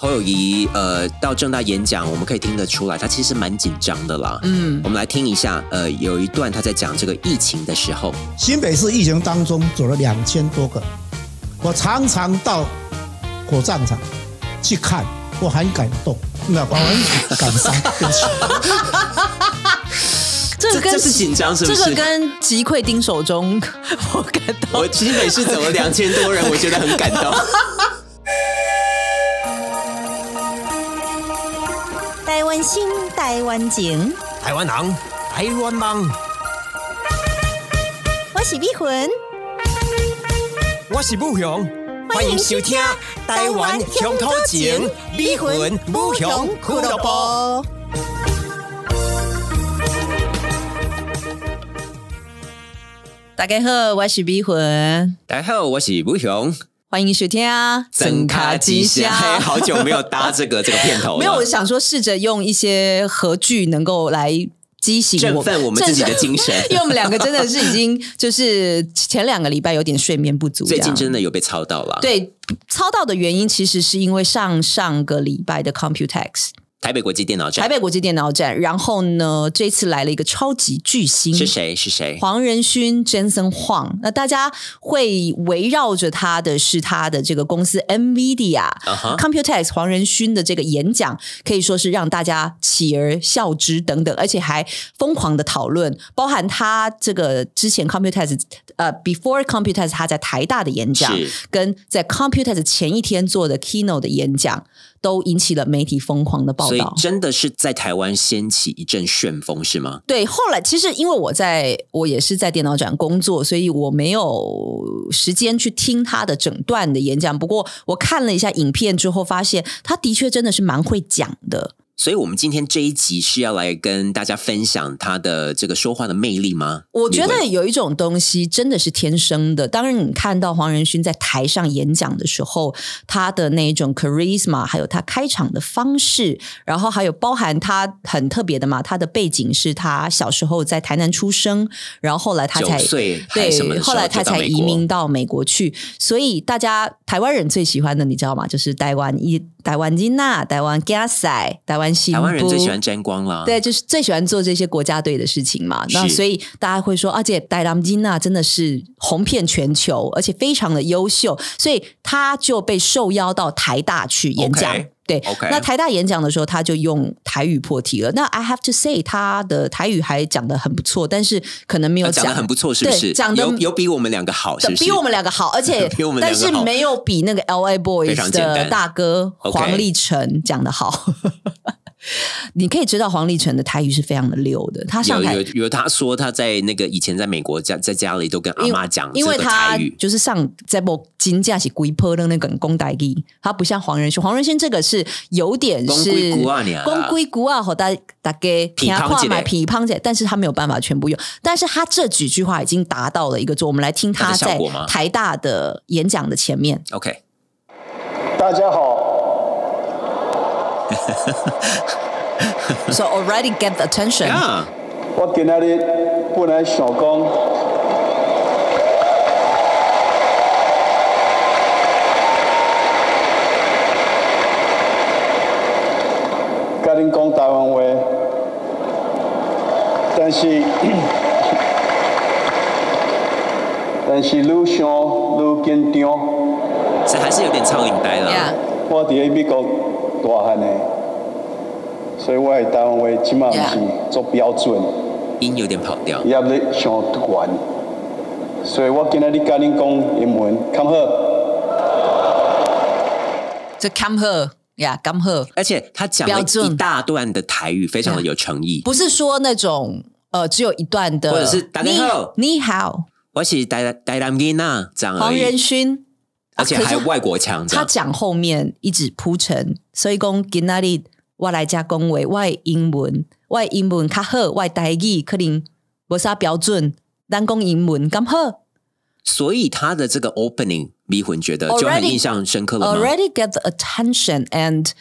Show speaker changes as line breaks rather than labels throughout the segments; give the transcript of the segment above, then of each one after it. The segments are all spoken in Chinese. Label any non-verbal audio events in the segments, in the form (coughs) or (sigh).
侯友谊呃到正大演讲，我们可以听得出来，他其实蛮紧张的啦。
嗯
我们来听一下，呃，有一段他在讲这个疫情的时候，
新北市疫情当中走了两千多个，我常常到火葬场去看，我很感动，那我哦很 (laughs) 感伤，对不起。
这个
这
跟
这是紧张是不是
这个跟击溃丁守中， (laughs) 我感到
我新北市走了两千多人，我觉得很
(laughs)
感动。
台湾心，台湾情，
台湾人，台湾梦，
我是美魂。
我是武雄，
欢迎收听台湾乡土情，美魂武雄俱乐部。
大家好，我是逼魂，
然后我是吴雄，
欢迎收听啊，
嘿好久没有搭这个这个片头了，
(laughs) 没有，我想说试着用一些合剧能够来激醒
振
我
奋我们自己的精神
振奋 (laughs) 因为我们两个真的是已经就是前两个礼拜有点睡眠不足这
最
样，
近真的有被操到了。，
对操到的原因其实是因为上上个礼拜的 Computex
台北国际电脑
台
展
北国际电脑展，然后呢这次来了一个超级巨星
是谁？是谁？
黄仁勋 Jensen Huang，那大家会围绕着他的是他的这个公司 NVIDIA、
啊哈
Computex 黄仁勋的这个演讲，可以说是让大家起而笑之等等，而且还疯狂的讨论，包含他这个之前 Computex 呃 Before Computex 他在台大的演讲
是，
跟在 Computex 前一天做的 Keynote 的演讲，都引起了媒体疯狂的报
所以
道。
真的是在台湾掀起一阵旋风，是吗？
对，后来其实因为我在我也是在电脑展工作，所以我没有时间去听他的整段的演讲。不过我看了一下影片之后，发现他的确真的是蛮会讲的。
所以，我们今天这一集是要来跟大家分享他的这个说话的魅力吗？
我觉
你
得
会
有一种东西真的是天生的。当然，你看到黄仁勋在台上演讲的时候，他的那一种 charisma，还有他开场的方式，然后还有包含他很特别的嘛，他的背景是他小时候在台南出生，然后后来他才
九岁还什么
对，
的时候
后来他
就到
才
美
移
国
民到美国去，所以大家台湾人最喜欢的，你知道吗？就是台湾一台湾金娜、台湾加塞、台湾新
台湾人最
埔
喜欢沾光啦。
嗯对，就是最喜欢做这些国家队的事情嘛。那
啊是
所以大家会说，而且戴朗金娜啊真的是红遍全球，而且非常的优秀，所以他就被受邀到台大去演讲。
OK
对
OK
那台大演讲的时候，他就用台语破题了。那 I have to say，他的台语还讲的很不错，但是可能没有
呃，讲的很不错，是不
对
是？
讲得
有有比我们两个好，是不是？
比我们两个好，而且
(laughs) 比我们两
但
个
是
好
没有比那个 L A
非常
Boys
简
的
单
大哥
OK
黄立成讲的好。 (laughs) 你可以知道黄立成的台语是非常的溜的，他上
有
台
有有，他说他在那个以前在美国家在家里都跟阿
因为
妈讲这
因为
个
他
台语，
就是上在播金价是龟坡的那个公台语，他不像黄仁勋，黄仁勋这个是有点是
讲几句而已啦
公龟古啊，好大大概
乒乓一下
买乒乓姐，但是他没有办法全部用，但是他这几句话已经达到了一个做，我们来听
它
他
的效
在
果吗
台大的演讲的前面。
OK，
大家好，
So already get the attention.
啊，
我今仔日本来想讲，甲恁讲台湾话，但是 (coughs) 但是愈想愈紧张，
这还是有点超领呆了。
Yeah,
我伫咧美国大汉的，所以我的台湾话即嘛毋
Yeah.
是足标准。
音有点跑掉。
压力上悬，所以我今仔日甲恁讲英文，看好。
这 come her, yeah, come her，
而且他讲了
标准啊
一大段的台语，非常的有诚意。
不是说那种呃只有一段的，
或者是打电话
你你好，
我是台台南囡呐，这样而
黄
已，
仁勋，
而且
啊可
还
是
外国腔这
他
样。
讲后面一直铺陈，所以讲今那里我来加恭维，我的英文，我的英文较好，我的台语可能无啥标准，咱讲英文咁好。
所以他的这个 opening，迷魂觉得
Already-
就很印象深刻了吗？
already get the attention and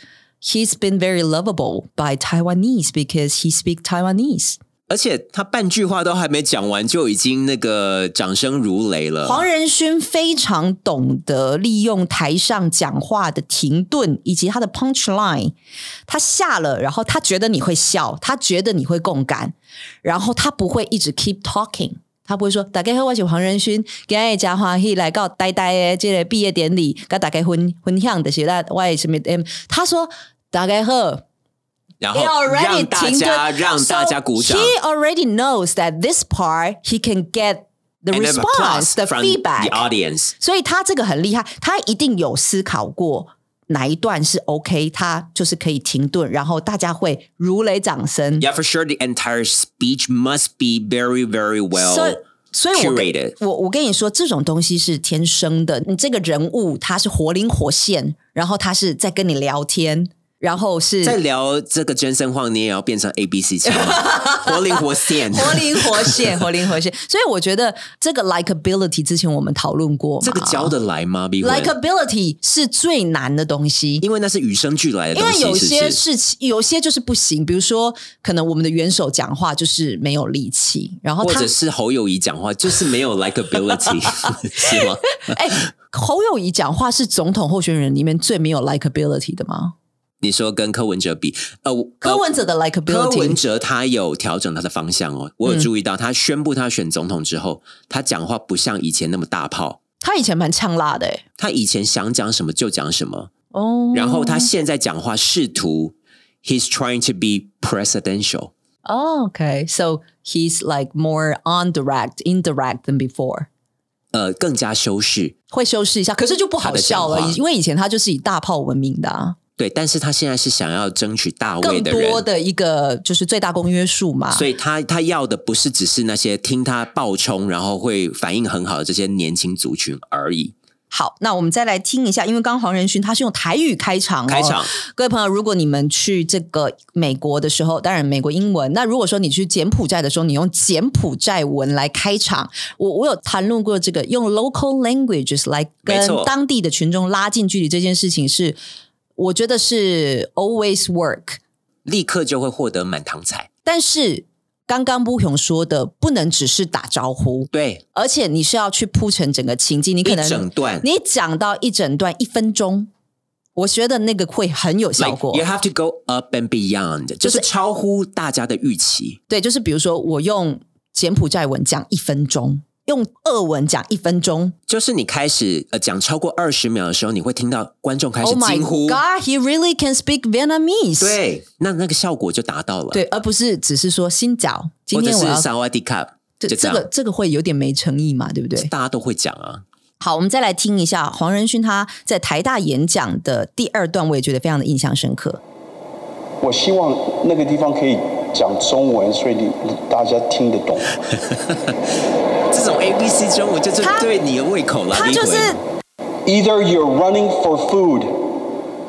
he's been very lovable by Taiwanese because he speak Taiwanese.
而且他半句话都还没讲完，就已经那个掌声如雷了。
黄仁勋非常懂得利用台上讲话的停顿以及他的 punch line，他下了，然后他觉得你会笑，他觉得你会共感，然后他不会一直 keep talking。他不会说大家好，我是黄仁勋，今日真欢喜来到呆呆的这个毕业典礼，跟大家分分享的是咱我的什么 M。他说大家好，
然
He
后
already
哦让大
停
家
顿，
让大家
So
鼓掌。
He already knows that this part he can get the
And then
response,
applause
the
from
feedback.
the audience.
所以他这个很厉害，他一定有思考过哪一段是 OK，他就是可以停顿，然后大家会如雷掌声。
Yeah, for sure. The entire speech must be very, very
所以
well
所以我跟
curated.
我我跟你说，这种东西是天生的。你这个人物他是活灵活现，然后他是在跟你聊天，然后是
在聊这个真身话，你也要变成 A B C 腔吗，活灵活现。
(laughs) (laughs) 活灵活
(laughs)
现，活灵活现。所以我觉得这个 likability 之前我们讨论过嘛，
这个教得来
啊
吗？碧文
likability 是最难的东西。
因为那是与生俱来的
因
东
为
西，
有些
是
事情，有些就是不行，比如说，可能我们的元首讲话就是没有力气，然后
不是，或
他
者是侯友谊讲话就是没有
(laughs)
likability，是吗？
哎，侯友谊讲话是总统候选人里面最没有 likability 的吗？
你说跟柯文哲比，呃，我呃
柯文哲的
柯文
likability
哲他有调整他的方向哦，我有注意到，他宣布他选总统之后，他讲话不像以前那么大炮，
他以前蛮呛辣的、哎
他以前想讲什么就讲什么，
哦，
然后他现在讲话试图，he's trying to be presidential。
哦，OK，so、he's like more on direct, indirect than before。
呃，更加修饰，
会修饰一下，可是就不好笑
他的
了
讲，话
因为以前他就是以大炮闻名的、啊，
对，但是他现在是想要争取大位
更
的人，
多的一个就是最大公约数嘛。
所以他他要的不是只是那些听他爆冲，然后会反应很好的这些年轻族群而已。
好，那我们再来听一下，因为刚刚黄仁勋他是用台语开场、哦，
开场。
各位朋友，如果你们去这个美国的时候，当然美国英文。那如果说你去柬埔寨的时候，你用柬埔寨文来开场，我我有谈论过这个用 local languages 来
没
跟
错
当地的群众拉近距离这件事情是，我觉得是 always work。
立刻就会获得满堂彩。
但是刚刚布雄说的，不能只是打招呼，
对，
而且你是要去铺陈整个情境，你可能
一整段
你讲到一整段一分钟，我觉得那个会很有效
like
果。
you have to go up and beyond，就是超乎大家的预期。
对，就是比如说我用柬埔寨文讲一分钟，用俄文讲一分钟。
就是你开始呃讲超过二十秒的时候，你会听到观众开始
Oh my
惊呼。
God, he really can speak Vietnamese。
对，那那个效果就达到了。
对，，而不是只是说新脚。今
或者
天
是
我要
s a w a d i k a
这
就这
这
样，
个这个会有点没诚意嘛，对不对？
大家都会讲啊。
好，我们再来听一下黄仁勋他在台大演讲的第二段，我也觉得非常的印象深刻。
我希望那个地方可以讲中文，所以你你大家听得懂。
这种 A B C 中文就是
他
对你的胃口了。
他
李
就
逵
是
Either you're running for food,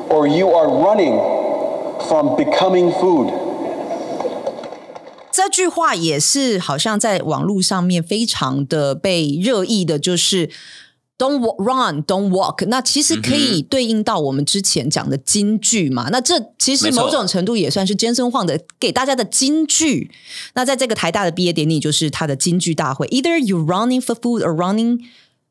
or you are running from becoming food.
这句话也是好像在网络上面非常的被热议的，就是 "Don't wa- run, don't walk"。那其实可以对应到我们之前讲的金句嘛。那这其实
没错
某种程度也算是 Jensen Huang 的给大家的金句。那在这个台大的毕业典礼，就是他的金句大会，Either you running for food or running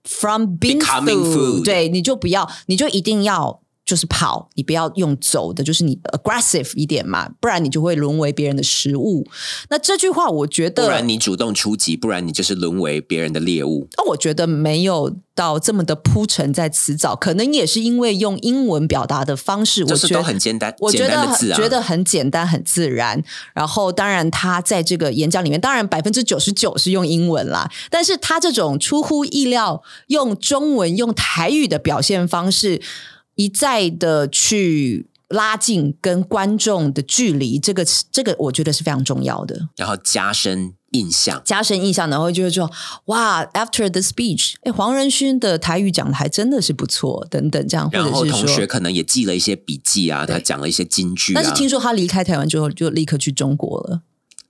from being
Becoming food
对，你就不要，你就一定要。就是跑，你不要用走的，就是你 aggressive 一点嘛，不然你就会沦为别人的食物。那这句话，我觉得，
不然你主动出击，不然你就是沦为别人的猎物。
哦那我觉得没有到这么的铺陈在词藻，可能也是因为用英文表达的方式，我
就是
觉
都
得
很简单，
我觉
简
得
单的
很
字啊。
觉得很简单，很自然。然后，当然他在这个演讲里面，当然百分之九十九是用英文啦。但是他这种出乎意料用中文、用台语的表现方式，一再的去拉近跟观众的距离，这个这个我觉得是非常重要的。
然后加深印象。
加深印象，然后就会说哇，after the speech，哎，黄仁勋的台语讲的还真的是不错，等等这样，
然后
或者
同
是
学
说，
可能也记了一些笔记啊，他讲了一些金句啊。
但是听说他离开台湾之后就立刻去中国了，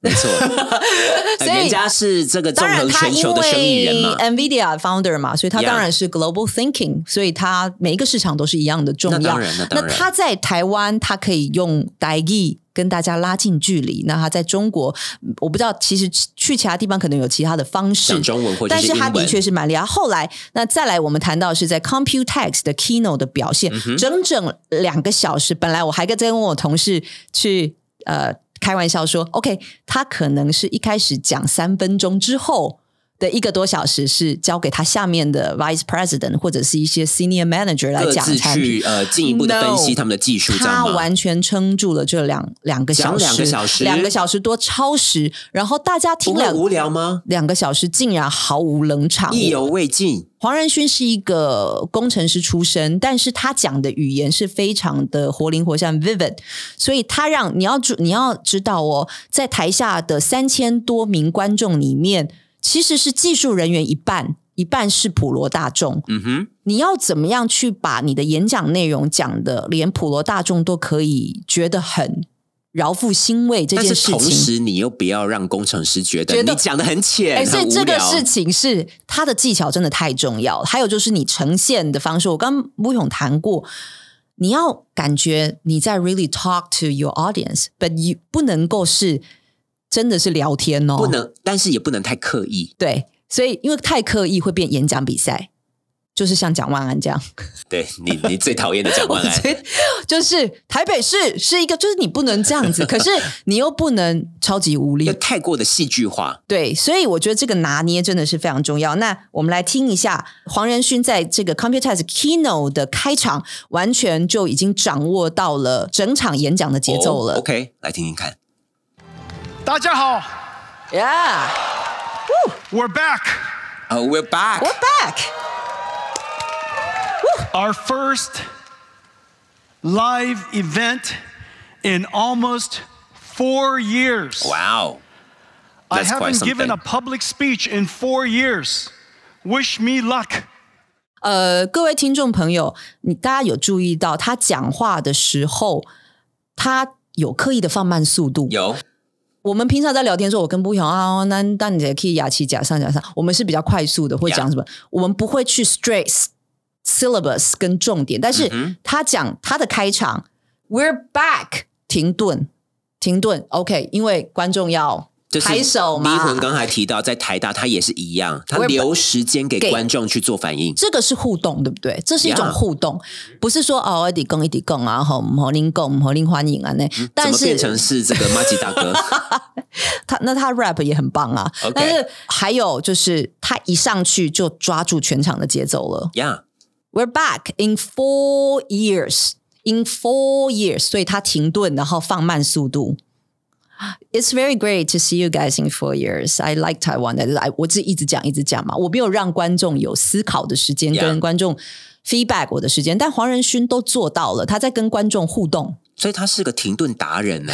没
(laughs)
错，呃
所以
人家是这个纵
当然，
横
他
全
因
球的生意人
为
嘛。
NVIDIA founder 嘛，所以他
Yeah
当然是 global thinking，所以他每一个市场都是一样的重要。
那当然那当然
他在台湾，他可以用台语跟大家拉近距离。那他在中国，嗯我不知道，其实去其他地方可能有其他的方式
讲。中文或者
但
是
是
英
他的
文，
确是蛮厉害。后来，那再来我们谈到是在 Computex 的 keynote 的表现，
嗯
整整两个小时。本来我还跟跟我同事去呃开玩笑说，OK，他可能是一开始讲三分钟之后。的一个多小时是交给他下面的 vice president 或者是一些 senior manager 来
各
讲
自
产品
去，呃进一步的分析
No，
他们的技术，这
他
样吗？
完全撑住了这两两个小时，
讲两个小时
两个小时多超时，然后大家
不
听
会
了
无聊吗？
两个小时竟然毫无冷场，
意犹未尽，
黄仁勋是一个工程师出身，但是他讲的语言是非常的活灵活现、vivid，所以他让你要注你要知道哦，在台下的三千多名观众里面，其实是技术人员一半，一半是普罗大众。
嗯哼，
你要怎么样去把你的演讲内容讲的连普罗大众都可以觉得很饶富欣慰这
但
件
是
事
同
情？
时，你又不要让工程师觉得
觉得哎
你讲的很浅，
所以
很无
这个
聊
事情是他的技巧真的太重要了。还有就是你呈现的方式，我跟吴勇谈过，你要感觉你在 really talk to your audience，but you 不能够是真的是聊天哦，
不能，但是也不能太刻意。
对，所以因为太刻意会变演讲比赛，就是像蒋万安这样。
对
(laughs)
你，你最讨厌的蒋万安，
所以就是台北市是一个，就是你不能这样子，可是你又不能超
(laughs)
级无
又
力。
太过的戏剧化。
对，所以我觉得这个拿捏真的是非常重要。那我们来听一下黄仁勋在这个 Computex Keynote 的开场，完全就已经掌握到了整场演讲的节奏
哦
了。
OK，来听听看。
大家好
Yeah,
，We're back. Oh,
呃 w e r e back。
we're back.
Our first live event in almost four years.
Wow,
I
that's quite
haven't given
something.
a public speech in four years. Wish me luck.
呃，各位听众朋友，你大家有注意到他讲话的时候，他有刻意的放慢速度，
有
我们平常在聊天的时候，我跟不勇啊，那那你也可以雅琪假上假上，我们是比较快速的，会讲什么我们不会去 stress syllabus 跟重点，但是他讲他的开场、w e r e back，停顿，停顿，OK，因为观众要
就是
拍手嘛，
迷魂刚才提到，在台大他也是一样，他
We're back
留时间给
给
观众去做反应。
这个是互动，对不对？这是一种
Yeah
互动不是说哦，一滴供一滴供啊，吼，唔好您供，唔好您欢迎啊，那、
嗯怎
但
么
是
变成是这个马吉大
(laughs)
哥？
他那他 rap 也很棒啊
OK
但是还有就是他一上去就抓住全场的节奏了。
呀
We're back in four years. In four years，所以他停顿，然后放慢速度。It's very great to see you guys in four years. I like Taiwan. I 我自己一直讲一直讲嘛，我没有让观众有思考的时间
Yeah.
跟观众 feedback 我的时间，但黄仁勋都做到了，他在跟观众互动。
所以他是个停顿达人呢。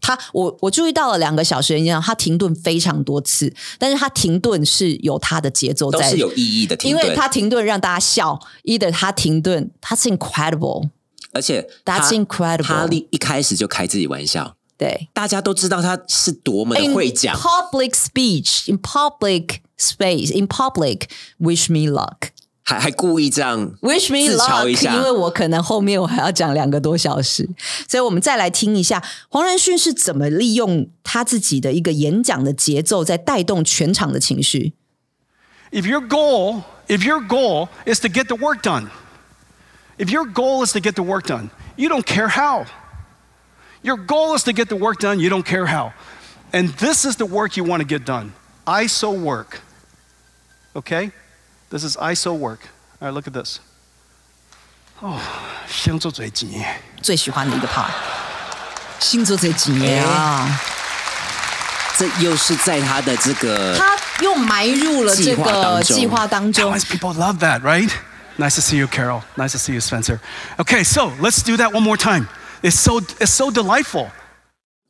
他我我注意到了两个小时演讲，他停顿非常多次，但是他停顿是有他的节奏在，
都是有意义的停
因
顿，
为他停顿让大家笑，either 他停顿，他是 incredible，
而且他
That's incredible
他一一开始就开自己玩笑，
对
大家都知道他是多
哎
么的会讲
In。public speech in public space in public wish me luck。
还还故意这样
Wish me
自嘲
luck，
一下
因为我可能后面我还要讲两个多小时，所以我们再来听一下黄仁勋是怎么利用他自己的一个演讲的节奏，在带动全场的情绪。
If your goal, if your goal is to get the work done, if your goal is to get the work done, you don't care how. Your goal is to get the work done, you don't care how. And this is the work you want to get done. ISO work. Okay? This is ISO work. All right, look at this. Oh, 香做嘴急。
最喜欢的一个 part，星座这几年
哎
啊，
这又是在他的这个
他又埋入了这个计
计
划
划
当中
Taiwanese。people love that, right? Nice to see you, Carol. Nice to see you, Spencer. Okay, so let's do that one more time. It's so it's so delightful.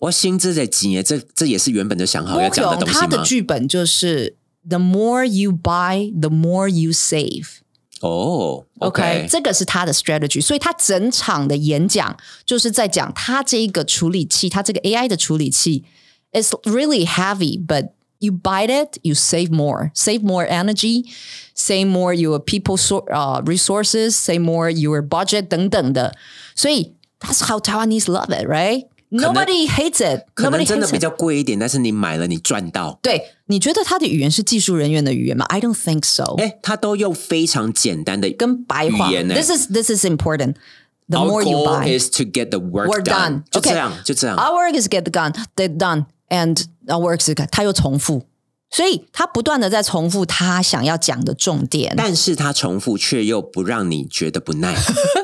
我薪资在几年，这这也是原本就想好要讲的东西
他的
吗？
剧本就是。The more you buy, the more you save.
哦
OK，这个是他的 strategy，所以他整场的演讲就是在讲他这一个处理器，他这个 AI 的处理器 It's really heavy, but you bite it, you save more, save more energy, save more your people so, uh, resources, save more your budget 等等的。所以 that's how Taiwanese love it, right?
能
Nobody hates it.
可能
Nobody
真的
hates
比
it.
较贵一点，但是你买了你赚到。
对，你觉得他的语言是技术人员的语言吗？I don't think so.
哎，他都用非常简单的
跟白话
语言呢
，this is this is important. The
Our
more you
goal
buy,
is to get the work
We're done.
就
OK，
这样，就这样。
Our work is get done, get done, and our work is get. 他又重复，所以他不断的在重复他想要讲的重点。
但是它重复却又不让你觉得不
(laughs)
耐。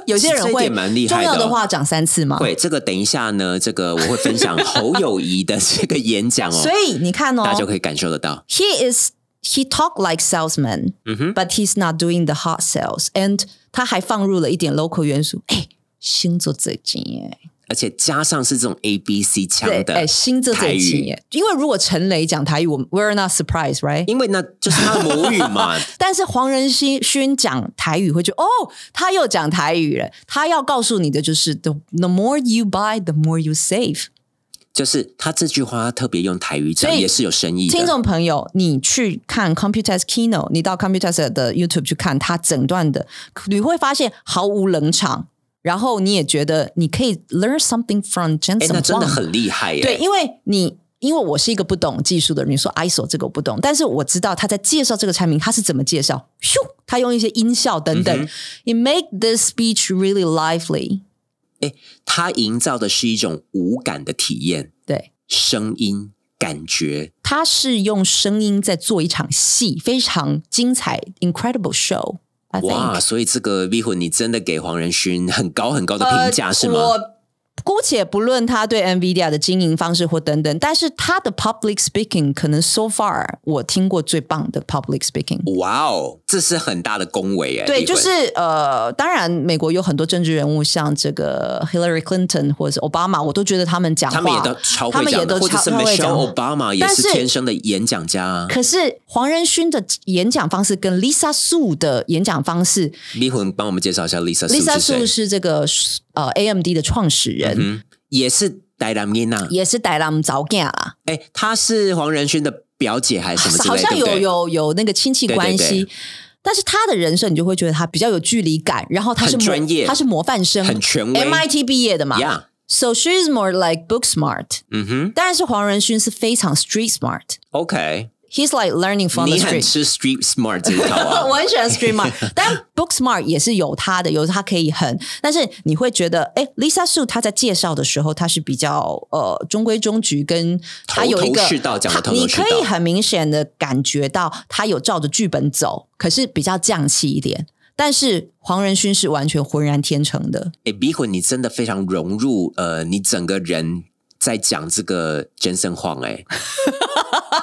有些人
这一
会
点蛮厉害
重
的
要的
哦
话讲三
(laughs)
次嘛。
会，这个等一下呢，这个我会分
(laughs)
享侯友谊的这个演讲哦
所，以你看哦
大家就可以感受得到。
，He is he talk like salesman，、but
Mm-hmm.
he's not doing the hot sales. And 他还放入了一点 local 元素，哎，星座最近耶。
而且加上是这种 A B C 腔
对，
的
哎，新这
台
最近
语，
耶，因为如果陈雷讲台语，我们 we're not surprised, right？
因为那就是他的母语嘛。
(laughs) 但是黄仁勋勋讲台语会觉得哦，他又讲台语了。他要告诉你的就是 the the more you buy, the more you save。
就是他这句话他特别用台语讲，
所以
也是有深意的。
听众朋友，你去看 Computex Kino，你到 Computex 的 YouTube 去看他整段的，你会发现毫无冷场。然后你也觉得你可以 learn something from
哎
Jensen，
那真的
Huang
很厉害耶！
对，因为你因为我是一个不懂技术的人，你说 ISO 这个我不懂，但是我知道他在介绍这个产品，他是怎么介绍，咻，他用一些音效等等、i
嗯
t make this speech really lively。
哎，他营造的是一种无感的体验，
对，
声音、感觉，
他是用声音在做一场戏，非常精彩，incredible show。I
哇！
think，
所以这个 V 魂，你真的给黄仁勋很高很高的评价、是吗？
呃我姑且不论他对 NVIDIA 的经营方式或等等，但是他的 public speaking 可能 so far 我听过最棒的 public speaking。
哇哦，这是很大的恭维哎！
对，
Lee
就
Hun
是呃，当然，美国有很多政治人物，像这个 Hillary Clinton 或者是 Obama，我都觉得他们啊讲话，
他们也都超
他
会
们也
讲的，
都
或者
超
是
超会讲
Michelle
话。
Obama 也
但
是
是
天生的演讲家啊。
可是黄仁勋的演讲方式跟 Lisa Su 的演讲方式
V 魂帮我们介绍一下 Lisa
，Lisa
Su 是
Su
谁？
是这个呃 AMD 的创始人，
嗯，也是戴兰妮娜。
也是带他们早干啦，
哎，她是黄仁勋的表姐还是什么之类？
啊 (laughs) 好像
对不
有
对
有有那个亲戚
对对
关系。
对
但是他的人设，你就会觉得他比较有距离感，然后他是
很
模
专业
他是模范生，
很权威
MIT 毕业的嘛
Yeah
So she's more like book smart，
嗯哼
当然是黄仁勋是非常 street smart。
，OK，
He's like learning from the
你很
street。
吃 Street Smart 这一套啊
(laughs) 我。很喜欢 street
(laughs)
smart，但 book smart 也是有他的，有他可以很。但是你会觉得，哎，Lisa Su 她在介绍的时候，她是比较呃中规中矩，跟她有一个
头头是道讲得
她
头头
你
是道
可以很明显的感觉到她有照着剧本走，可是比较降气一点。但是黄仁勋是完全浑然天成的，
哎，V 魂，你真的非常融入呃，你整个人在讲这个 Jensen Huang
(laughs)
哎，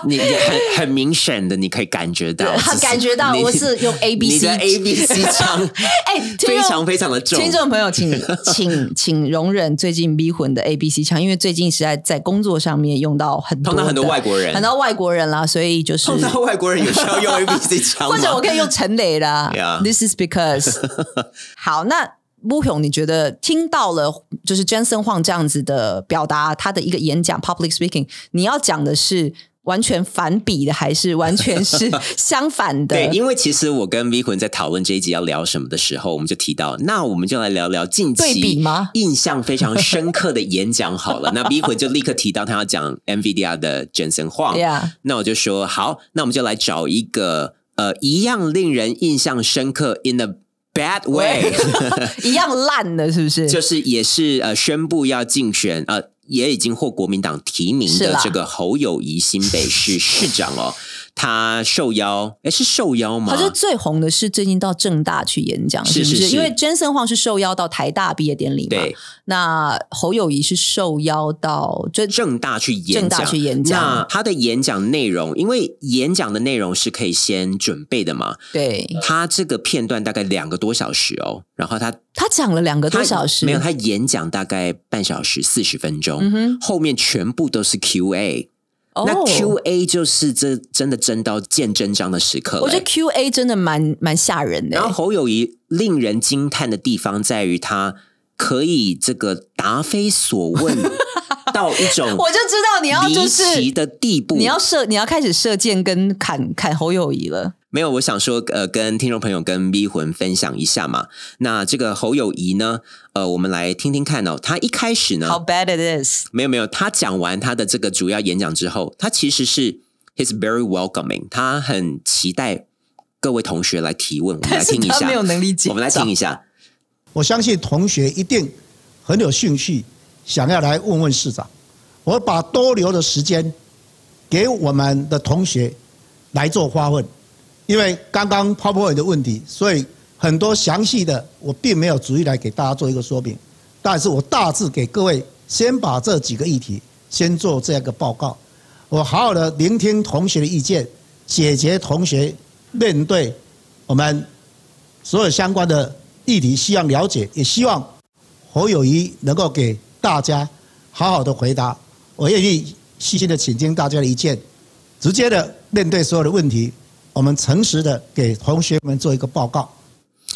你你很很明显的，你可以感觉到，
对他
只
感觉
(laughs)
到
你
我是用 ABC
你的 A B C
(laughs)
腔
哎，听
(laughs) 非
众
常非常的重，
听众朋友，请
(laughs)
请请容忍最近逼魂的 A B C 腔，因为最近实在在工作上面用到很多
碰
的
到很多外国人
很多外国人啦，所以就是
碰到外国人有需要用
(laughs)
A B C 腔吗？
或者我可以用陈磊啦。
Yeah
This is
(laughs)
because 好，那穆勇，你觉得听到了就是 Jensen Huang 这样子的表达，他的一个演讲 public speaking，你要讲的是完全反比的，还是完全是相反的？
对，因为其实我跟 V 魂在讨论这一集要聊什么的时候，我们就提到，那我们就来聊聊近
对比
期
吗
印象非常深刻的演讲好
(laughs)
了。那 V 魂就立刻提到他要讲 NVIDIA 的 Jensen Huang。
Yeah
那我就说好，那我们就来找一个呃一样令人印象深刻 in a bad way，
一样烂的，是不是？
就是也是呃宣布要竞选呃。也已经获国民党提名
是
的
啦
这个侯友谊新北市市长
(laughs)
哦，他受邀，哎，是受邀吗？
好像最红的是最近到正大去演讲，
是
不
是
是？
是
因为 Jensen Huang 是受邀到台大毕业典礼嘛
对，
那侯友谊是受邀到就
正大去演讲，
正大去演讲
那他的演讲内容，因为演讲的内容是可以先准备的嘛。
对
他这个片段大概两个多小时哦，然后他
他讲了嗯两个多
他
小时，嗯
没有，他演讲大概半小时四十分钟，后面全部都是 Q&A。
哦
那 Q&A 就是这真的真到见真章的时刻了。
我觉得 Q A 真的蛮蛮吓人的
然后。侯友谊令人
(laughs)
惊叹的地方在于他可以这个答非所问到一种
欸我就知道你要就
离
是
奇的地步。
你要射，你要开始射箭跟砍砍侯友谊了。
没有，我想说，呃，跟听众朋友跟逼魂分享一下嘛。那这个侯友谊呢，呃，我们来听听看哦。他一开始呢，
How bad it is！
没有没有，他讲完他的这个主要演讲之后，他其实是 he's very welcoming，他很期待各位同学来提问，我们来
但是
听一
他
下，
没有能力解
我们来
答
听一下。
我相信同学一定很有兴趣，想要来问问市长。我把多留的时间给我们的同学来做发问，因为刚刚 PowerPoint 的问题，所以很多详细的我并没有逐一来给大家做一个说明，但是我大致给各位先把这几个议题先做这样一个报告。我好好的聆听同学的意见，解决同学面对我们所有相关的议题，希望了解，也希望侯友谊能够给大家好好的回答。我愿意细心的倾听大家的意见，直接的面对所有的问题，我们诚实的给同学们做一个报告。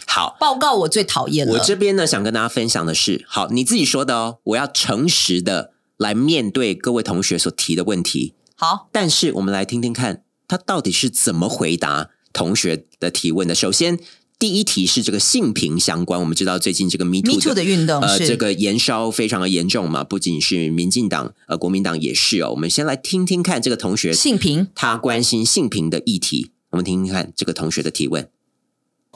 好，
报告我最讨厌了。
我这边呢，想跟大家分享的是，好，你自己说的哦，我要诚实的来面对各位同学所提的问题。
好，
但是我们来听听看，他到底是怎么回答同学的提问的。首先，第一题是这个性平相关，我们知道最近这个 Me Too
Me Too 的运动
呃，
是
这个延烧非常的严重嘛，不仅是民进党，呃，国民党也是哦。我们先来听听看这个同学
性平
他关心性平的议题，我们听听看这个同学的提问。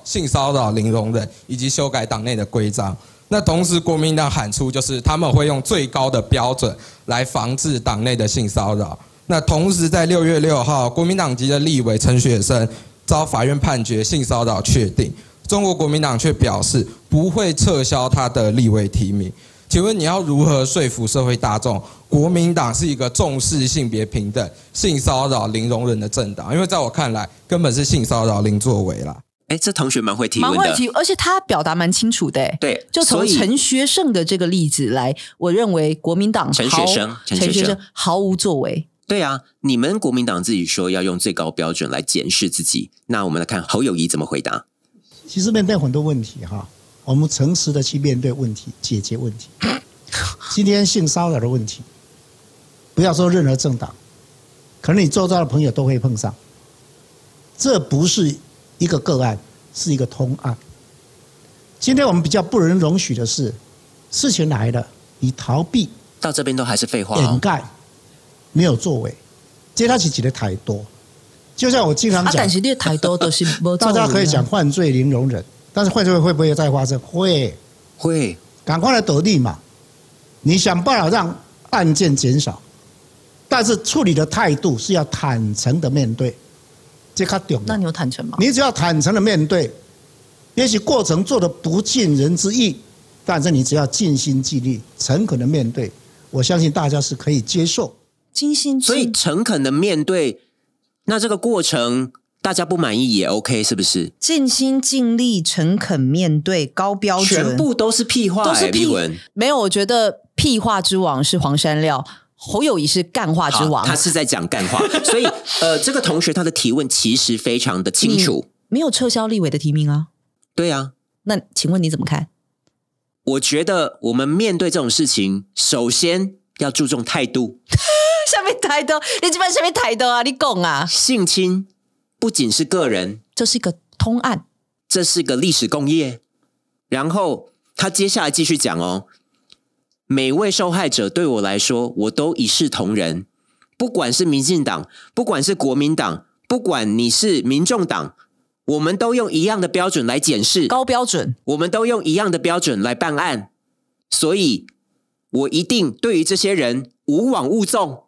性骚扰零容忍，以及修改党内的规章。那同时，国民党喊出就是他们会用最高的标准来防治党内的性骚扰。那同时，在六月六号，国民党籍的立委陈雪生遭法院判决性骚扰确定，中国国民党却表示不会撤销他的立委提名。请问你要如何说服社会大众，国民党是一个重视性别平等、性骚扰零容忍的政党？因为在我看来，根本是性骚扰零作为啦。
哎，这同学蛮会提
蛮
问
会
的，
提，而且他表达蛮清楚的、欸。
对
就
所
从
以
陈学圣的这个例子来，我认为国民党
陈
毫
学圣陈学
陈学
圣
圣毫无作为。
对啊，你们国民党自己说要用最高标准来检视自己，那我们来看侯友谊怎么回答。
其实面对很多问题哈，我们诚实的去面对问题，解决问题。今天性骚扰的问题，不要说任何政党，可能你周遭的朋友都会碰上。这不是一个个案，是一个通案。今天我们比较不能容许的是，事情来了，你逃避、
到这边都还是废话、
掩
嗯
哦，
盖，没有作为，接他起起的太多。就像我经常
啊，
讲
但，是你太多都是没作
大
为
家可以讲犯罪零容忍，但是犯罪会不会再发生？会，
会
赶快来得利嘛！你想办法让案件减少，但是处理的态度是要坦诚的面对，这较重
那
要。
你有坦诚吗？
你只要坦诚的面对，也许过程做的不尽人之意，但是你只要尽心尽力、诚恳的面对，我相信大家是可以接受。
金星，
所以诚恳的面对，那这个过程大家不满意也 OK，是不是？
尽心尽力、诚恳面对高标准，
全部都是屁话、欸，
都是屁
立文。
没有。我觉得屁话之王是黄山料，侯友谊是干话啊之
好
王，
啊他是在讲干话，
(laughs)
所以呃，这个同学他的提问其实非常的清楚。
没有撤销立委的提名啊。
对啊，
那请问你怎么看？
我觉得我们面对这种事情，首先要注重态度。
(laughs) 下面抬头，你这边下面抬头啊，你拱啊，
性侵不仅是个人，
这是一个通案。
这是个历史工业。然后他接下来继续讲哦，每位受害者对我来说，我都一视同仁，不管是民进党，不管是国民党，不管你是民众党，我们都用一样的标准来检视，
高标准，
我们都用一样的标准来办案，所以我一定对于这些人无往勿纵，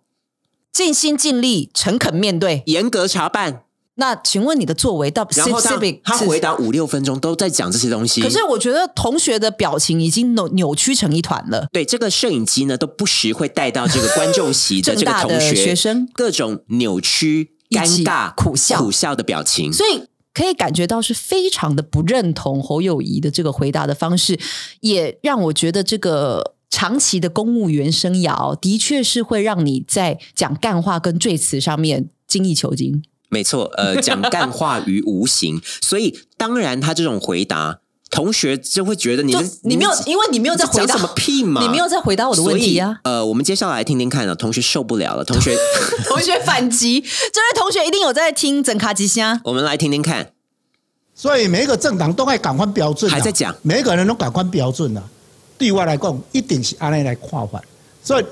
尽心尽力、诚恳面对。
严格查办。
那请问你的作为到
然后他
specific
他
是
回答五六分钟都在讲这些东西，
可是我觉得同学的表情已经扭扭曲成一团了。
对这个摄影机呢，都不时会带到这个观众席的
(laughs) 正
这个
大
同
的
学
学生
各种扭曲、
一
尴
起
尬、
苦笑
苦笑的表情。
所以可以感觉到是非常的不认同侯友谊的这个回答的方式，也让我觉得这个长期的公务员生涯哦，的确是会让你在讲干话跟赘词上面精益
(laughs)
求精。
没错，呃，讲干话于无形，所以当然他这种回答同学就会觉得你
就是你没有，因为你没有在回答
讲什么屁嘛，
你没有在回答我的问题啊。
所以呃，我们接下来听听看啊，同学受不了了，同
(laughs)
学，
同学反击，这位同学一定有在听整卡吉啊香。
我们来听听看。
所以每一个政党都爱感官标准、啊，
还在讲
每一个人都感官标准啊。对我来讲，一定是安尼来看法。所以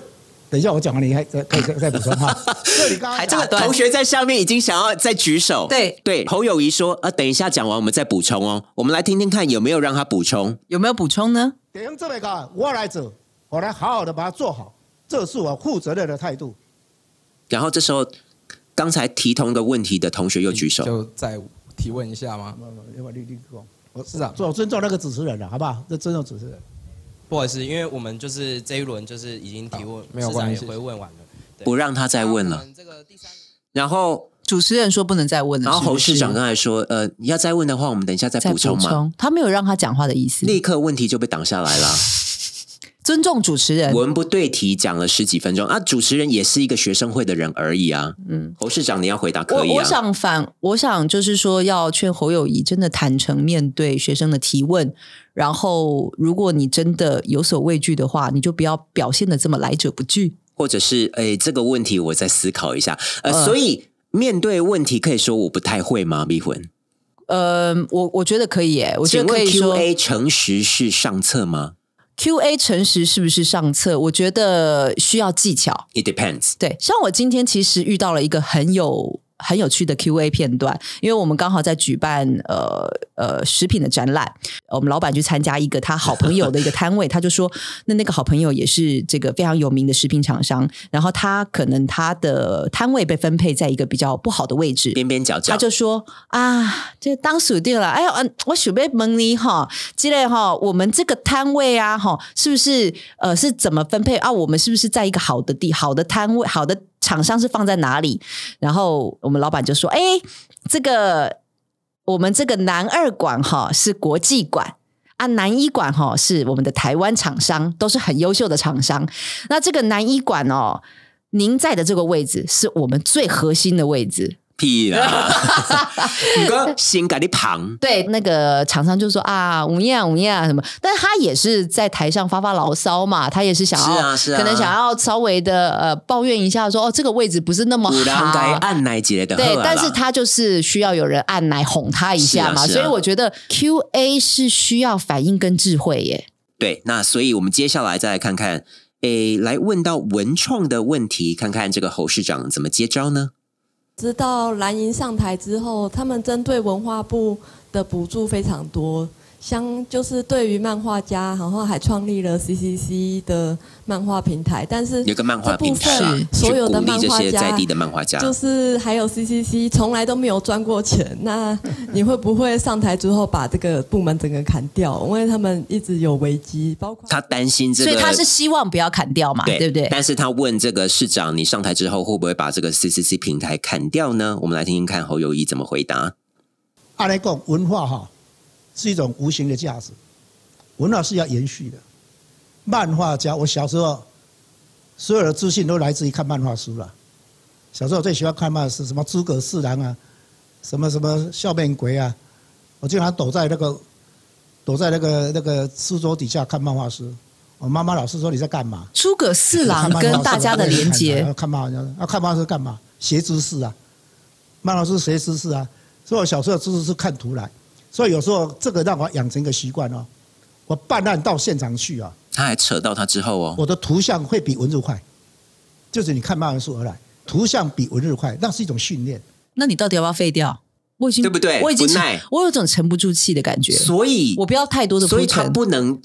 等一下我讲完，你还再可以再再补
(laughs)
充哈。所以你刚刚
还
这
这
个
个
同学在下面已经想要再举手，
对
对，侯友谊说啊，等一下讲完我们再补充哦，我们来听听看有没有让他补充。
有没有补充呢？
点哎样这么个，我来做，我来好好的把它做好，这是我负责任的态度。
然后这时候刚才提同一个问题的同学又嗯举
嗯
手，
就再提问一下吗？
要不然你你讲，我啊
市长
我尊重那个主持人了，啊好不好？这尊重主持人。
不好意思，因为我们就是这一轮就是已经提问，
没有
市长
关
也
系
回问完了。对
不让他再问
那我
嗯
了。
们这个第三
然后
主持人说不能再问了，
然后侯市长
嗯是不
刚才说，呃，你要再问的话，我们等一下再
是再
补充嗯嘛。，
他没有让他讲话的意思。
立刻问题就被挡下来了，
尊重主持人，
文不对题讲了十几分钟啊！主持人也是一个学生会的人而已啊。嗯，侯市长你要回答可以
我我
啊。
想反，我想就是说，要劝侯友谊真的坦诚面对学生的提问。然后，如果你真的有所畏惧的话，你就不要表现的这么来者不拒。
或者是哎，这个问题我再思考一下。呃，
嗯
所以面对问题可以说我不太会吗？迷魂，
呃，我我觉得可以耶，我觉
请
得可
问
以说
Q A 诚实是上策吗
Q A 诚实是不是上策？我觉得需要技巧。
？It depends。
对，像我今天其实遇到了一个很有很有趣的 Q&A 片段，因为我们刚好在举办呃呃食品的展览，我们老板去参加一个他好朋友的一个摊位，他就说， (laughs) 那那个好朋友也是这个非常有名的食品厂商，然后他可能他的摊位被分配在一个比较不好的位置，
边边角角，
他就说啊，这当属定了，哎呀，嗯，我准备问你哈，之类哈，我们这个摊位啊，哈，是不是呃是怎么分配啊？我们是不是在一个好的地、好的摊位、好的厂商是放在哪里？然后我们老板就说，哎，这个我们这个南二馆哈是国际馆。啊，南一馆哈、是我们的台湾厂商，都是很优秀的厂商。那这个南一馆哦，您在的这个位置是我们最核心的位置，
屁
(laughs)
啦！你哥心给你旁，
对，那个厂商就说啊，五样五样什么，但是他也是在台上发发牢骚嘛，他也是想要，
是啊是啊
可能想要稍微的呃抱怨一下说，哦，这个位置不是那么
五郎该
好。
按奶姐的，
对，但是他就是需要有人按来哄他一下嘛，
是啊是啊
所以我觉得 Q A 是需要反应跟智慧耶。
对，那所以我们接下来再来看看，诶，来问到文创的问题，看看这个侯市长怎么接招呢？
直到蓝营上台之后，他们针对文化部的补助非常多，相就是对于漫画家，然后还创立了 CCC 的漫画平台，但是
有个漫画
这部
平台啦
分，
去
所有
鼓
的
励
漫
这
画
些在
家
地的漫啊画家。
就是还有 CCC 从来都没有赚过钱，
(laughs)
那你会不会上台之后把这个部门整个砍掉？因为他们一直有危机，包括
他担心这个，
所以他是希望不要砍掉嘛，
对
对不对？
但是他问这个市长，你上台之后会不会把这个 CCC 平台砍掉呢？我们来听听看侯友谊怎么回答。
按来讲，文化哈是一种无形的价值，文化是要延续的。漫画家，我小时候所有的资讯都来自于看漫画书了。小时候最喜欢看漫画书，什么诸葛四郎啊，什么什么笑面鬼啊，我经常躲在那个躲在那个那个书桌底下看漫画书。我妈妈老是说你在干嘛？
诸葛四郎跟大家的连接，
哎看漫画书啊，看漫画是干嘛？学知识啊，漫画书学知识啊。所以我小时候知识是看图来，所以有时候这个让我养成一个习惯哦。我办案到现场去啊，
他还扯到他之后哦，
我的图像会比文字快，就是你看漫画书而来，图像比文字快，那是一种训练。
那你到底要不要废掉？我已经
对不对
我已经
不耐
我有种沉不住气的感觉，
所以
我不要太多的铺
所以
陈。
他不能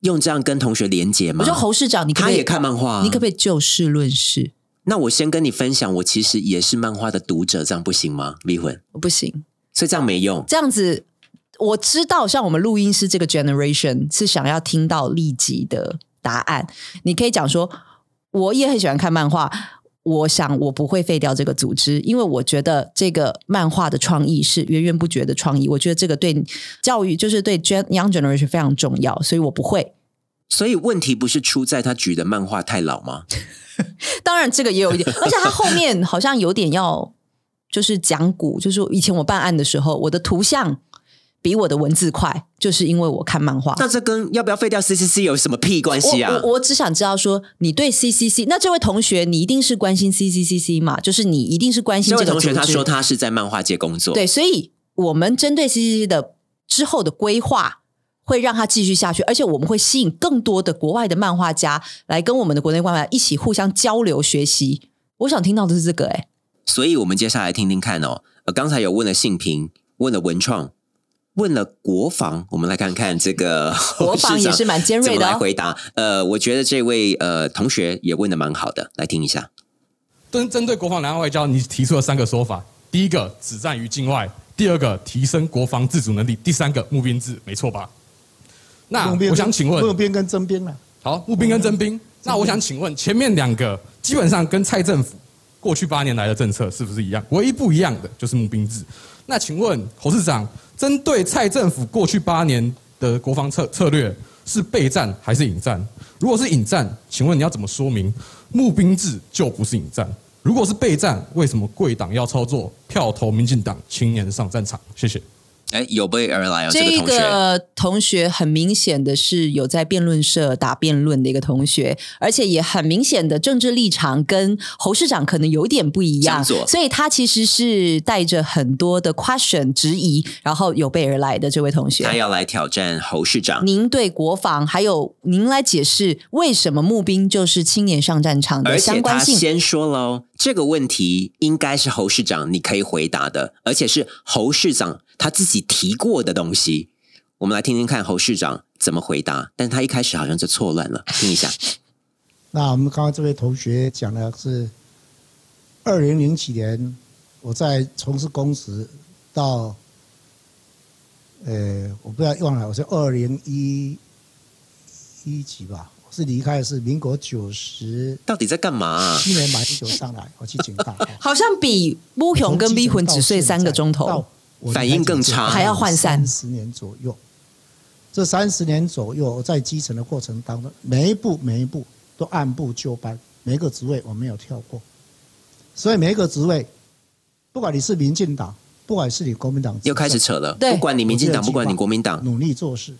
用这样跟同学连接吗？
我说侯市长，你可不
啊他
可以
也看漫画、啊，
你可不可以就事论事？
那我先跟你分享，我其实也是漫画的读者，这样不行吗？离婚，
不行，
所以这样没用。
这样子我知道，像我们录音师这个 generation 是想要听到立即的答案。你可以讲说，我也很喜欢看漫画。我想我不会废掉这个组织，因为我觉得这个漫画的创意是源源不绝的创意。我觉得这个对教育，就是对 gen young generation 非常重要，所以我不会。
所以问题不是出在他举的漫画太老吗？
当然，这个也有
(laughs)
一点，而且他后面好像有点要，就是讲古，就是以前我办案的时候，我的图像比我的文字快，就是因为我看漫画。
那这跟要不要废掉 CCC 有什么屁关系啊
我？我我只想知道说，你对 CCC，那这位同学，你一定是关心 CCCC 嘛？就是你一定是关心
这
这
位同
个
学
组
他
织
说他是在漫画界工作，
对，所以我们针对 CCC 的之后的规划，会让它继续下去，而且我们会吸引更多的国外的漫画家来跟我们的国内漫画家一起互相交流学习。我想听到的是这个、哎，
所以我们接下来听听看哦。呃，刚才有问了性平，问了文创，问了国防，我们来看看这个
国防
市长
也是蛮尖锐的哦
怎么来回答。呃，我觉得这位呃同学也问的蛮好的，来听一下。
针针对国防南岸外交，你提出了三个说法：第一个，只战于境外；第二个，提升国防自主能力；第三个，募兵制，没错吧？那
募兵
啊我想请问
募兵跟征兵啊，
好，募兵跟征兵。那我想请问，前面两个基本上跟蔡政府过去八年来的政策是不是一样？唯一不一样的就是募兵制。那请问侯市长，针对蔡政府过去八年的国防策策略是备战还是引战？如果是引战，请问你要怎么说明募兵制就不是引战？如果是备战，为什么贵党要操作票投民进党青年上战场？谢谢。
哎，有备而来哦，这个
这
同学。
个同学很明显的是有在辩论社打辩论的一个同学，而且也很明显的政治立场跟侯市长可能有点不一
向
样，
左
所以他其实是带着很多的 question 质疑，然后有备而来的这位同学。
他要来挑战侯市长，
您对国防还有您来解释为什么募兵就是青年上战场的
而且
相
他
关性？
先说了哦，这个问题应该是侯市长你可以回答的，而且是侯市长他自己提过的东西。我们来听听看侯市长怎么回答，但他一开始好像就错乱了，听一下。
那我们刚刚这位同学讲的是，二零零几年我在从事公职到，呃，我不要忘了，我是二零一一几吧，我是离开的是民国九十
到底在干嘛啊、
七年马英九上来，我去警大，
好像比乌雄跟逼魂只睡三个钟头
到，我
反应更差
还要换散。
十年左右。这三十年左右，我在基层的过程当中，每一步每一步都按部就班，每一个职位我没有跳过。所以每一个职位，不管你是民进党，不管是你国民党，
又开始扯了，
对
不管你民进党，
我觉得
不管你
计划
国民党，
努力做事。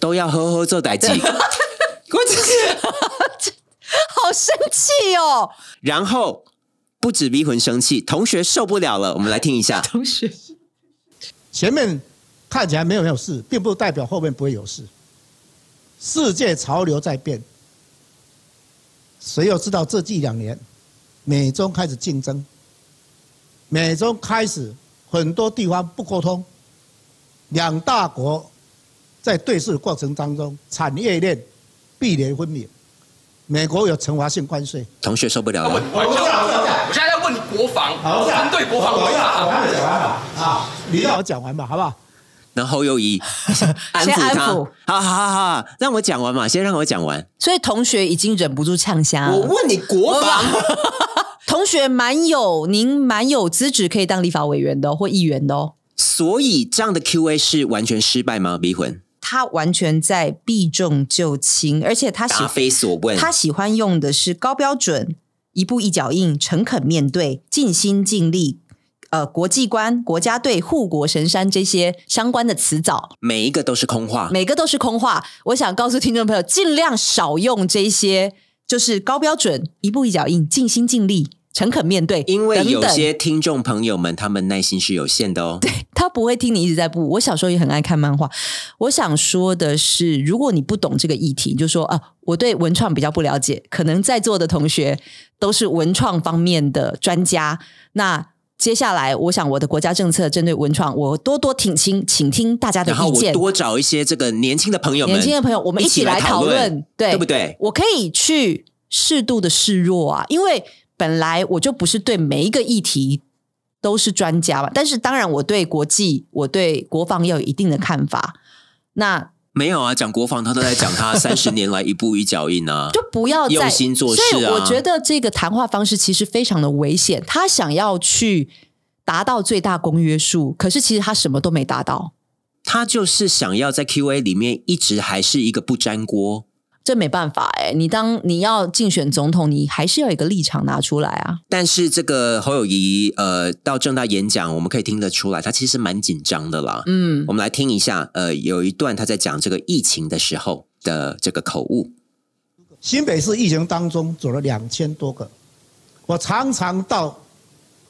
都要呵呵做代际。
好生气哦！
(laughs) 然后不止逼魂生气，同学受不了了，我们来听一下。
同学，
前面看起来没有没有事，并不代表后面不会有事。世界潮流在变，谁又知道这一两年，美中开始竞争，美中开始很多地方不沟通，两大国在对峙的过程当中，产业链壁垒分明。美国有惩罚性关税，
同学受不了
我
了，
我我现在在问你国防，针对国防违法，
讲完吧，啊，你让我讲完吧，好不好？
然后侯友谊安
先
抚
安
他，
抚
好好好好，让我讲完嘛，先让我讲完。
所以同学已经忍不住呛虾
我
了。
问你国防。
(laughs) 同学蛮有您蛮有资质可以当立法委员的、哦、或议员的哦。
所以这样的 Q&A 是完全失败吗？迷魂
他完全在避重就轻，而且他喜
答非所问，
他喜欢用的是高标准、一步一脚印、诚恳面对、尽心尽力。呃，国际观、国家队、护国神山这些相关的词藻，
每一个都是空话。
每个都是空话。我想告诉听众朋友，尽量少用这些，就是高标准、一步一脚印、尽心尽力、诚恳面对，
因为有
等等
些听众朋友们，他们耐心是有限的哦。
他不会听你一直在不。我小时候也很爱看漫画。我想说的是，如果你不懂这个议题，你就说啊，我对文创比较不了解，可能在座的同学都是文创方面的专家。那接下来，我想我的国家政策针对文创，我多多听清，请听大家的
然后
意
我
见。
多找一些这个年轻的朋友们，
年轻的朋友，我们
一
一起来
讨
讨论，对
对不对？
我可以去适度的示弱啊，因为本来我就不是对每一个议题都是专家嘛，但是当然我对国际、我对国防要有一定的看法，那
没有啊，讲国防他都在讲他三十年来一步一脚印啊。
就不要再
用心做事啊
所以我觉得这个谈话方式其实非常的危险，他想要去达到最大公约数，可是其实他什么都没达到。
他就是想要在 Q&A 里面一直还是一个不粘锅，
这没办法哎、你当你要竞选总统，你还是要有一个立场拿出来啊。
但是这个侯友谊呃到正大演讲，我们可以听得出来，他其实蛮紧张的啦。
嗯
我们来听一下，呃，有一段他在讲这个疫情的时候的这个口误。
新北市疫情当中走了两千多个，我常常到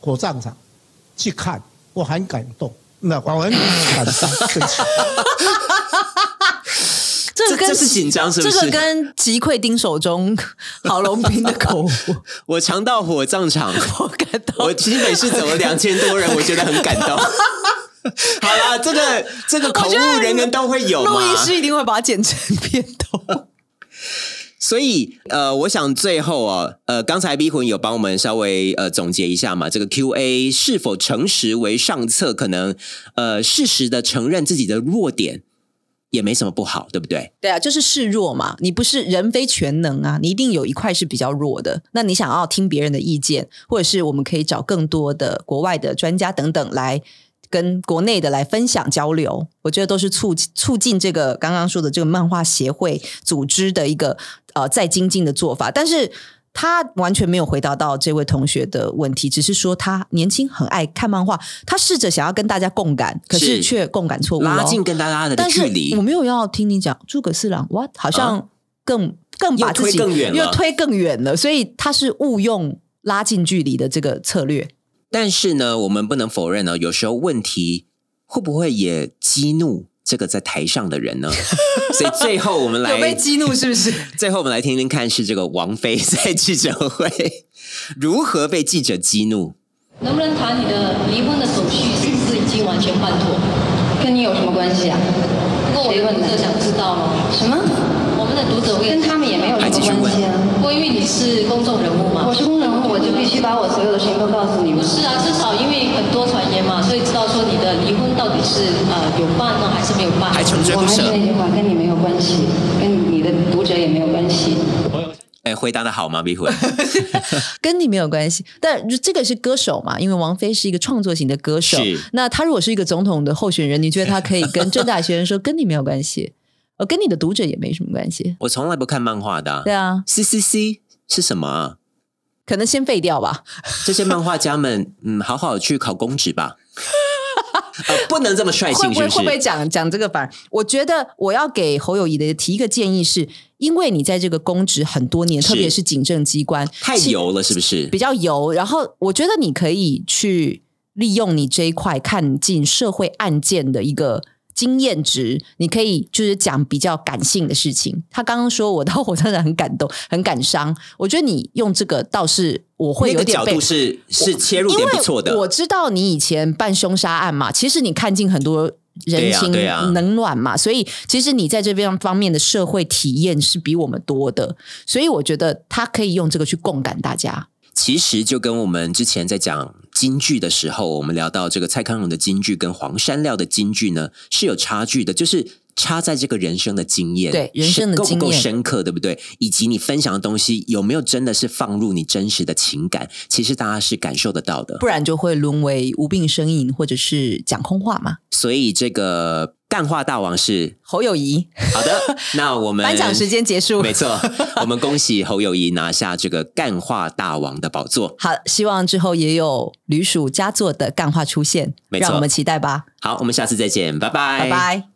火葬场去看，我很感动，那我很感伤。对不起
这个
这
跟
这是紧张是不是
这个跟击溃丁守中、 (laughs) 郝龙斌的口 (laughs) 误，
我常到火葬场，我感动。我新北市走了两千多人，我觉得很感动。好啦，这个这个口
我觉得
误人人都会有嘛。
录音师一定会把它剪成片头。
所以，呃，我想最后啊，呃，刚才 B 魂有帮我们稍微呃总结一下嘛，这个 Q&A 是否诚实为上策，可能呃适时的承认自己的弱点也没什么不好，对不对？
对啊，就是示弱嘛，你不是人非全能啊，你一定有一块是比较弱的。那你想要听别人的意见，或者是我们可以找更多的国外的专家等等来跟国内的来分享交流，我觉得都是促促进这个刚刚说的这个漫画协会组织的一个呃再精进的做法。但是他完全没有回答到这位同学的问题，只是说他年轻很爱看漫画，他试着想要跟大家共感，可
是
是却共感错误、
拉近跟大家的
哦但是
距离啊
我没有要听你讲诸葛四郎，what 好像更、更把自己
又推更远了
又推更远了，所以他是误用拉近距离的这个策略。
但是呢，我们不能否认呢，有时候问题会不会也激怒这个在台上的
(laughs)
人呢？所以最后我们来
有被激怒是
(laughs)
不是？
最后我们来听听看，是这个王菲在记者会如何被记者激怒。
能不能谈你的离婚的手续是不是已经完全办妥？跟你有什么关系啊？不过我的读者想知道吗？什么？我们的读者会跟他们也没有什么关系啊。不过因为你是公众人物嘛，我是公众人物，我就必须把我所有的事情都告诉你们。不是啊，至少因为很多传言嘛，所以知道说你的离婚到底是呃有办呢还是没有办。还
穷追
我
不
还是
舍
那句话，跟你没有关系，跟你的读者也没有关系。
哎，回答的好吗？逼婚
跟你没有关系，但这个是歌手嘛，因为王菲是一个创作型的歌手
是。
那他如果是一个总统的候选人，你觉得他可以跟郑大学生说跟你没有关系，呃，跟你的读者也没什么关系？
我从来不看漫画的、
对啊
，C C C 是什么、啊？
可能先废掉吧。
这些漫画家们， (laughs) 嗯，好好去考公职吧。 (laughs) 呃，不能这么率
会
性，
不
是
会
不是？
会不会讲讲这个反而？我觉得我要给侯友谊的提一个建议是，因为你在这个公职很多年，
是
特别是警政机关，
太
其
油了，是不是？
比较油。然后我觉得你可以去利用你这一块看尽社会案件的一个。经验值，你可以就是讲比较感性的事情。他刚刚说我 (laughs) 到火车站很感动，很感伤。我觉得你用这个倒是我会
那
有
个
点
角
被
度是是切入
因
点
为
不错的。
我知道你以前办凶杀案嘛，其实你看尽很多人情
对啊呀对呀
冷暖嘛，所以其实你在这边方面的社会体验是比我们多的，所以我觉得他可以用这个去共感大家。
其实就跟我们之前在讲京剧的时候，我们聊到这个蔡康永的京剧跟黄山料的京剧呢是有差距的，就是差在这个人生的经验，
对人生的
是够不够
经验
深刻，对不对？以及你分享的东西有没有真的是放入你真实的情感，其实大家是感受得到的
不。然就会沦为无病呻吟或者是讲空话嘛。
所以这个干话大王是
侯友谊，
好
(laughs)
的，那我们
颁奖时间结束
没错，我们恭喜侯友谊拿下这个干话大王的宝座。
好，希望之后也有旅鼠佳作的干话出现，
没错哎
让我们期待吧。
好，我们下次再见，拜拜，
拜拜。